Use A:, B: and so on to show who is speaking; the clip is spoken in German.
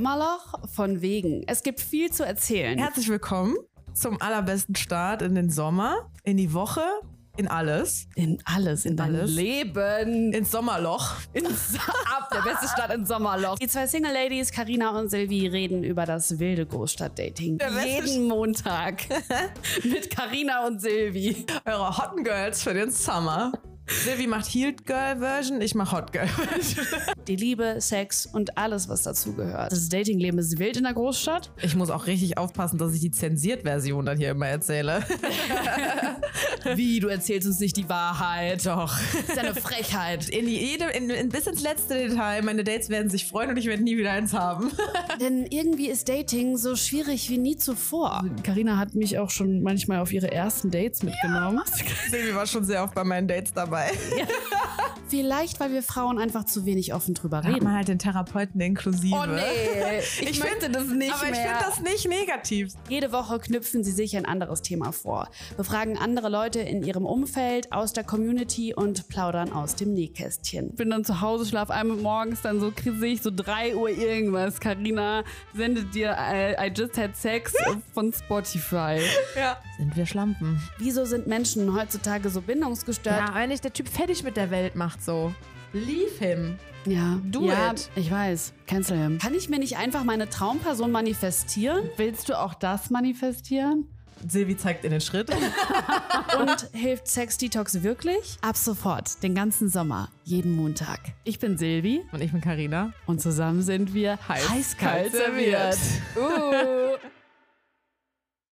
A: Sommerloch von wegen. Es gibt viel zu erzählen.
B: Herzlich willkommen zum allerbesten Start in den Sommer, in die Woche, in alles,
A: in alles, in, dein
B: alles.
A: Leben.
B: ins Sommerloch.
A: Ins- Ab, der beste Start ins Sommerloch. Die zwei Single Ladies, Karina und Silvi, reden über das wilde Großstadt-Dating.
B: Der beste
A: Jeden Montag. Mit Karina und Silvi.
B: Eure Hotten Girls für den Summer. Silvi macht Healed Girl Version, ich mach Hot Girl Version.
A: Die Liebe, Sex und alles, was dazugehört. Das Datingleben ist wild in der Großstadt.
B: Ich muss auch richtig aufpassen, dass ich die zensiert Version dann hier immer erzähle.
A: Wie, du erzählst uns nicht die Wahrheit.
B: Doch.
A: Das ist ja eine Frechheit.
B: In jedem, in, in, bis ins letzte Detail. Meine Dates werden sich freuen und ich werde nie wieder eins haben.
A: Denn irgendwie ist Dating so schwierig wie nie zuvor. Karina hat mich auch schon manchmal auf ihre ersten Dates mitgenommen.
B: Silvi war schon sehr oft bei meinen Dates dabei.
A: Vielleicht, weil wir Frauen einfach zu wenig offen drüber
B: Hat man
A: reden.
B: halt den Therapeuten inklusive.
C: Oh,
A: Ich,
B: Oh, Ich
A: möchte
B: find-
A: das nicht
B: Aber ich
A: mehr.
B: finde das nicht negativ.
A: Jede Woche knüpfen sie sich ein anderes Thema vor, befragen andere Leute in ihrem Umfeld, aus der Community und plaudern aus dem Nähkästchen.
C: bin dann zu Hause, schlaf einmal morgens, dann so sehe ich so 3 Uhr irgendwas. Karina sendet dir äh, I Just Had Sex von Spotify.
B: Sind wir Schlampen?
A: Wieso sind Menschen heutzutage so bindungsgestört?
B: wenn nicht der Typ fertig mit der Welt macht, so. Leave him.
A: Ja, ja
B: Do
A: ja,
B: it.
A: ich weiß. Cancel him. Kann ich mir nicht einfach meine Traumperson manifestieren?
C: Willst du auch das manifestieren?
B: Silvi zeigt in den Schritt.
A: Und hilft Sex Detox wirklich? Ab sofort, den ganzen Sommer, jeden Montag.
C: Ich bin Silvi
B: Und ich bin Karina.
C: und zusammen sind wir heiß,
A: Heiß-kalt serviert.
C: Uh.